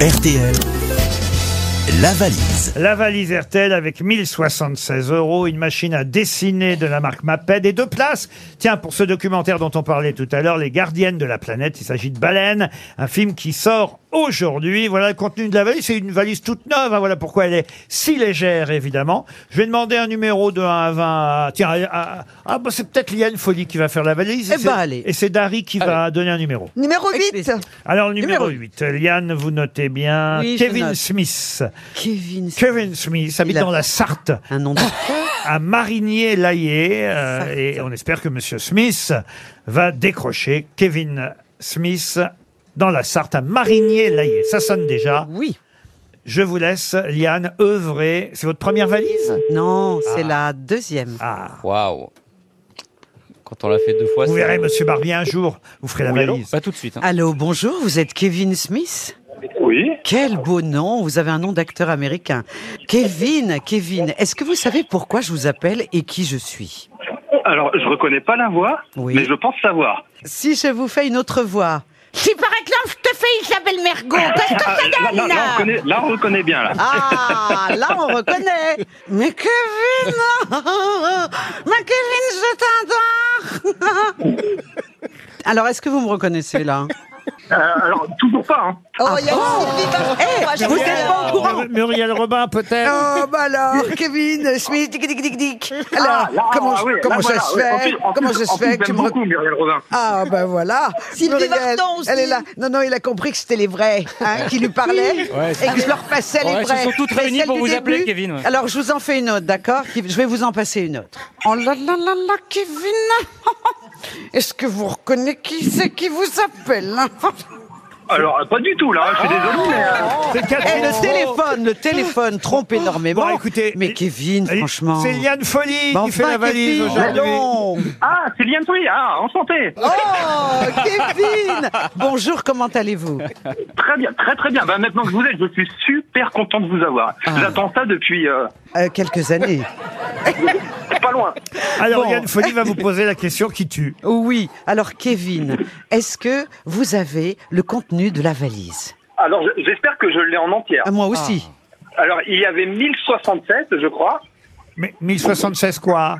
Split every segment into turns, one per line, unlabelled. RTL, la valise.
La valise RTL avec 1076 euros, une machine à dessiner de la marque Maped et deux places. Tiens, pour ce documentaire dont on parlait tout à l'heure, Les Gardiennes de la Planète, il s'agit de Baleine, un film qui sort aujourd'hui. Voilà le contenu de la valise, c'est une valise toute neuve, hein, voilà pourquoi elle est si légère évidemment. Je vais demander un numéro de 1 à 20. à- Tiens, à- à- ah, bah, c'est peut-être Liane Folie qui va faire la valise.
Eh
Et c'est-
ben, allez.
Et c'est Dari qui va donner un numéro.
Numéro 8
Alors le numéro,
Numéro
8, Liane, vous notez bien,
Oui, je
Kevin
note.
Smith.
Kevin.
Kevin Ah. Smith habite
Il a-
dans la Sarthe,
Un nom de...
à Marigné-Laillé, euh,
Sarthe.
et on espère que Monsieur Smith va décrocher Kevin Smith dans la Sarthe à Marigné-Laillé. Ça sonne déjà.
Oui.
Je vous laisse, Liane, œuvrer. C'est votre première valise
Non, c'est la deuxième.
Ah,
Waouh Quand on l'a fait deux fois,
vous
c'est-
verrez, Monsieur Barbier, un jour, vous ferez la
Oui, allô
valise.
Pas tout de suite. hein.
Allô, bonjour, vous êtes Kevin Smith
Oui,
Quel beau nom, vous avez un nom d'acteur américain. Kevin, Kevin, est-ce que vous savez pourquoi je vous appelle et qui je suis
alors je reconnais pas la voix,
Oui.
mais je pense savoir.
Si je vous fais une autre voix.
Si par exemple je te fais Isabelle Mergo, qu'est-ce que
Ah,
ça
là, là,
donne
là, on
là
reconnaît, là, on reconnaît bien. Là.
Ah, là on reconnaît. Mais Kevin, mais Kevin, je t'adore. Alors, est-ce que vous me reconnaissez là
Euh, alors, toujours pas. Hein.
Oh, il y a Sylvie Vous n'êtes pas au courant
Mur- Ah. Muriel Robin, peut-être
Oh, bah alors, Kevin, Smith, tic, tic, tic, tic. Alors,
Ah, là,
comment,
ah, oui, là,
comment ça
voilà,
se
oui. En
fait
plus- en
Comment
plus-
ça
en
se
plus,
fait que tu
j'aime
me rec-
beaucoup Muriel Robin.
Ah, ben voilà. Muriel,
Vartan aussi.
Elle est là. Non, non, il a compris que c'était les vrais hein, qui lui parlaient
Ouais,
et que je leur passais
Ouais,
les
elles
vrais.
se sont toutes
Mais
réunies
celle
pour
du
vous
début-
appeler, Kevin, ouais.
Alors, je vous en fais une autre, d'accord Qui- Je vais vous en passer une autre. Oh là là là là, Kevin Est-ce que vous reconnaissez qui c'est qui vous appelle hein?
Alors, euh, pas du tout, là, hein, je suis
Ah.
désolé, mais... euh,
C'est
Eh,
Catherine
le
Fro.
téléphone, le téléphone trompe énormément.
Bon, écoutez,
mais Kevin,
Elle-
franchement.
C'est Liane Folie
Bah
qui fait
enfin,
la valise
Kevin,
aujourd'hui.
allons.
Ah, c'est Liane Folie Ah, enchanté
Oh, Kevin Bonjour, comment allez-vous
Très bien, très très bien. Bah, maintenant que vous êtes, je suis super content de vous avoir.
Ah.
J'attends ça depuis... euh,
Euh, Quelques années.
pas loin.
Alors,
Bon.
Liane Folie va vous poser la question qui tue.
Oui, alors Kevin, est-ce que vous avez le contenu de la valise
Alors, je- j'espère que je l'ai en entière.
Ah, Moi aussi.
Alors, il y avait 1067, je crois.
Mais 1076 quoi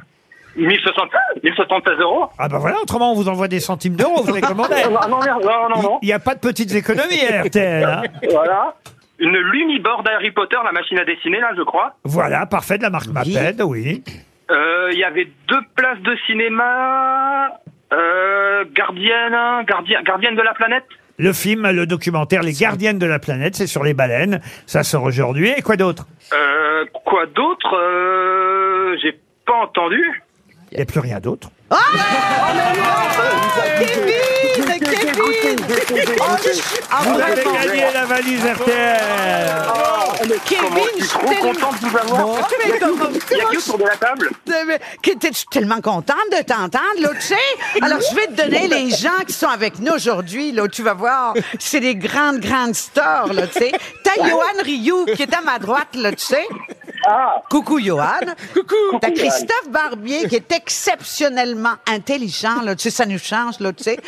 1076 1076 euros
Ah bah voilà, autrement on vous envoie des centimes d'euros, vous les commandez.
Ah, Non, merde, non, non, non.
Il n'y a pas de petites économies à RTL. hein.
Voilà. Une lumibord d'Harry Potter, la machine à dessiner, là, je crois.
Voilà, parfait de la marque Maped, oui.
Euh, Il y avait deux places de cinéma. Euh, gardienne, gardienne, gardienne de la planète.
Le film, le documentaire Les Gardiennes de la planète, c'est sur les baleines. Ça sort aujourd'hui. Et quoi d'autre
Euh, quoi d'autre euh, J'ai pas entendu.
Il n'y a plus rien d'autre.
Kevin Kevin
Vous avez gagné la valise RTL.
Comment je
Kevin,
suis trop content de vous avoir.
Oh, mais comment-
Il y a
comment
qui
je-
autour de la table
mais que t'es- je suis tellement contente de t'entendre, l'autre tu sais. Alors, je vais te donner les gens qui sont avec nous aujourd'hui, là, tu vas voir. C'est des grandes, grandes stars, là, tu sais. T'as Johan Rioux qui est à ma droite, là, tu sais.
Ah,
Coucou Johan. Coucou. T'as
Johan.
Christophe Barbier qui est exceptionnellement intelligent, là, tu sais, ça nous change, là, tu sais.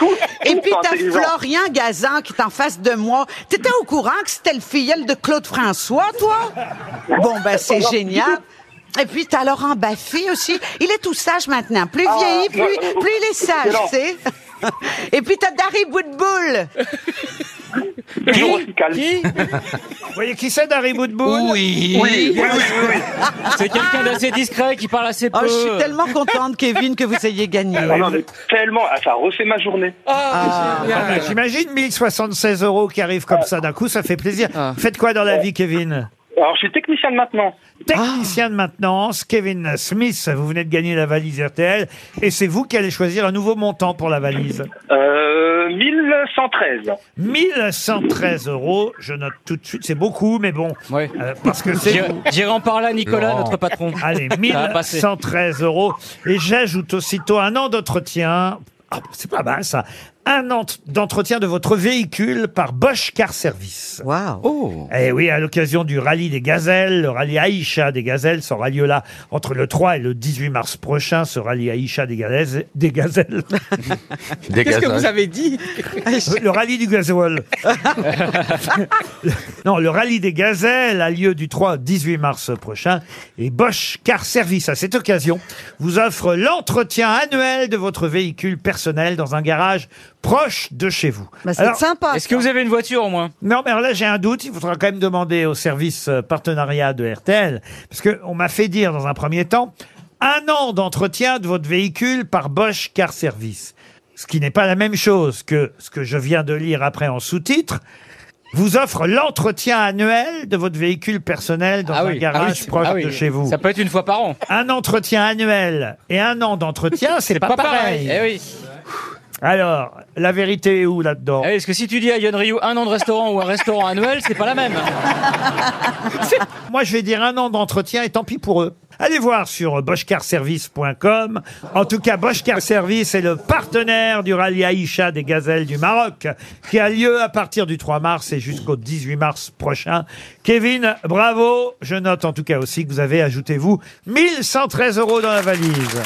Et puis t'as
intelligent.
Florian Gazan qui est en face de moi. T'étais au courant que c'était le filleul de Claude François, toi? Bon, ben, c'est génial. Et puis t'as Laurent Baffy aussi. Il est tout sage maintenant. Plus il vieillit, plus, plus il est sage,
Excellent.
tu sais. Et puis t'as Dari Boudboul.
toujours aussi calme.
Vous voyez qui c'est Dari Boudboul
Oui, C'est quelqu'un d'assez discret qui parle assez peu.
Oh, je suis tellement contente, Kevin, que vous ayez gagné.
Ah non, mais tellement. Ah, ça refait ma journée.
Ah bah, J'imagine 1076 euros qui arrivent comme ça d'un coup, ça fait plaisir. Faites quoi dans la vie, Kevin
Alors, je suis technicien de maintenance.
technicien de maintenance, Kevin Smith. Vous venez de gagner la valise RTL et c'est vous qui allez choisir un nouveau montant pour la valise.
Euh, 1113.
1113 euros, je note tout de suite, c'est beaucoup, mais bon,
Ouais.
euh, parce que c'est...
J'irai- J'irai en parler à Nicolas, notre patron.
Allez,
Ça va passer.
1113 euros. Et j'ajoute aussitôt un an d'entretien. Ah, c'est pas mal ça. un ent- d'entretien de votre véhicule par Bosch Car Service.
Waouh.
Oh.
Eh oui, à l'occasion du rallye des gazelles, le rallye Aïcha des gazelles sera lieu là entre le 3 et le 18 mars prochain, ce rallye Aïcha des gazelles. Des gazelles.
Qu'est-ce que vous avez
le rallye du gasoil. non, le rallye des gazelles a lieu du 3 au 18 mars prochain et Bosch Car Service, à cette occasion, vous offre l'entretien annuel de votre véhicule personnel dans un garage proche de chez vous.
Bah, c'est
Alors,
sympa.
Est-ce que vous avez une voiture au moins
non, mais alors là, j'ai un doute. Il faudra quand même demander au service euh, partenariat de RTL. Parce que on m'a fait dire dans un premier temps un an d'entretien de votre véhicule par Bosch Car Service. Ce qui n'est pas la même chose que ce que je viens de lire après en sous-titre. Vous offre l'entretien annuel de votre véhicule personnel
Ah
dans un garage proche de chez vous.
Ça peut être une fois par an.
Un entretien annuel et un an d'entretien, c'est pas, pareil.
Eh oui.
Alors, la vérité est où là-dedans
Eh, Est-ce que si tu dis à Yon Ryu un an de restaurant ou un restaurant annuel, c'est pas la même
Moi, je vais dire un an d'entretien et tant pis pour eux. Allez voir sur boschcarservice.com. En tout cas, Bosch Car Service est le partenaire du rallye Aïcha des Gazelles du Maroc, qui a lieu à partir du 3 mars et jusqu'au 18 mars prochain. Kevin, bravo. Je note en tout cas aussi que vous avez ajouté, vous, 1113 euros dans la valise.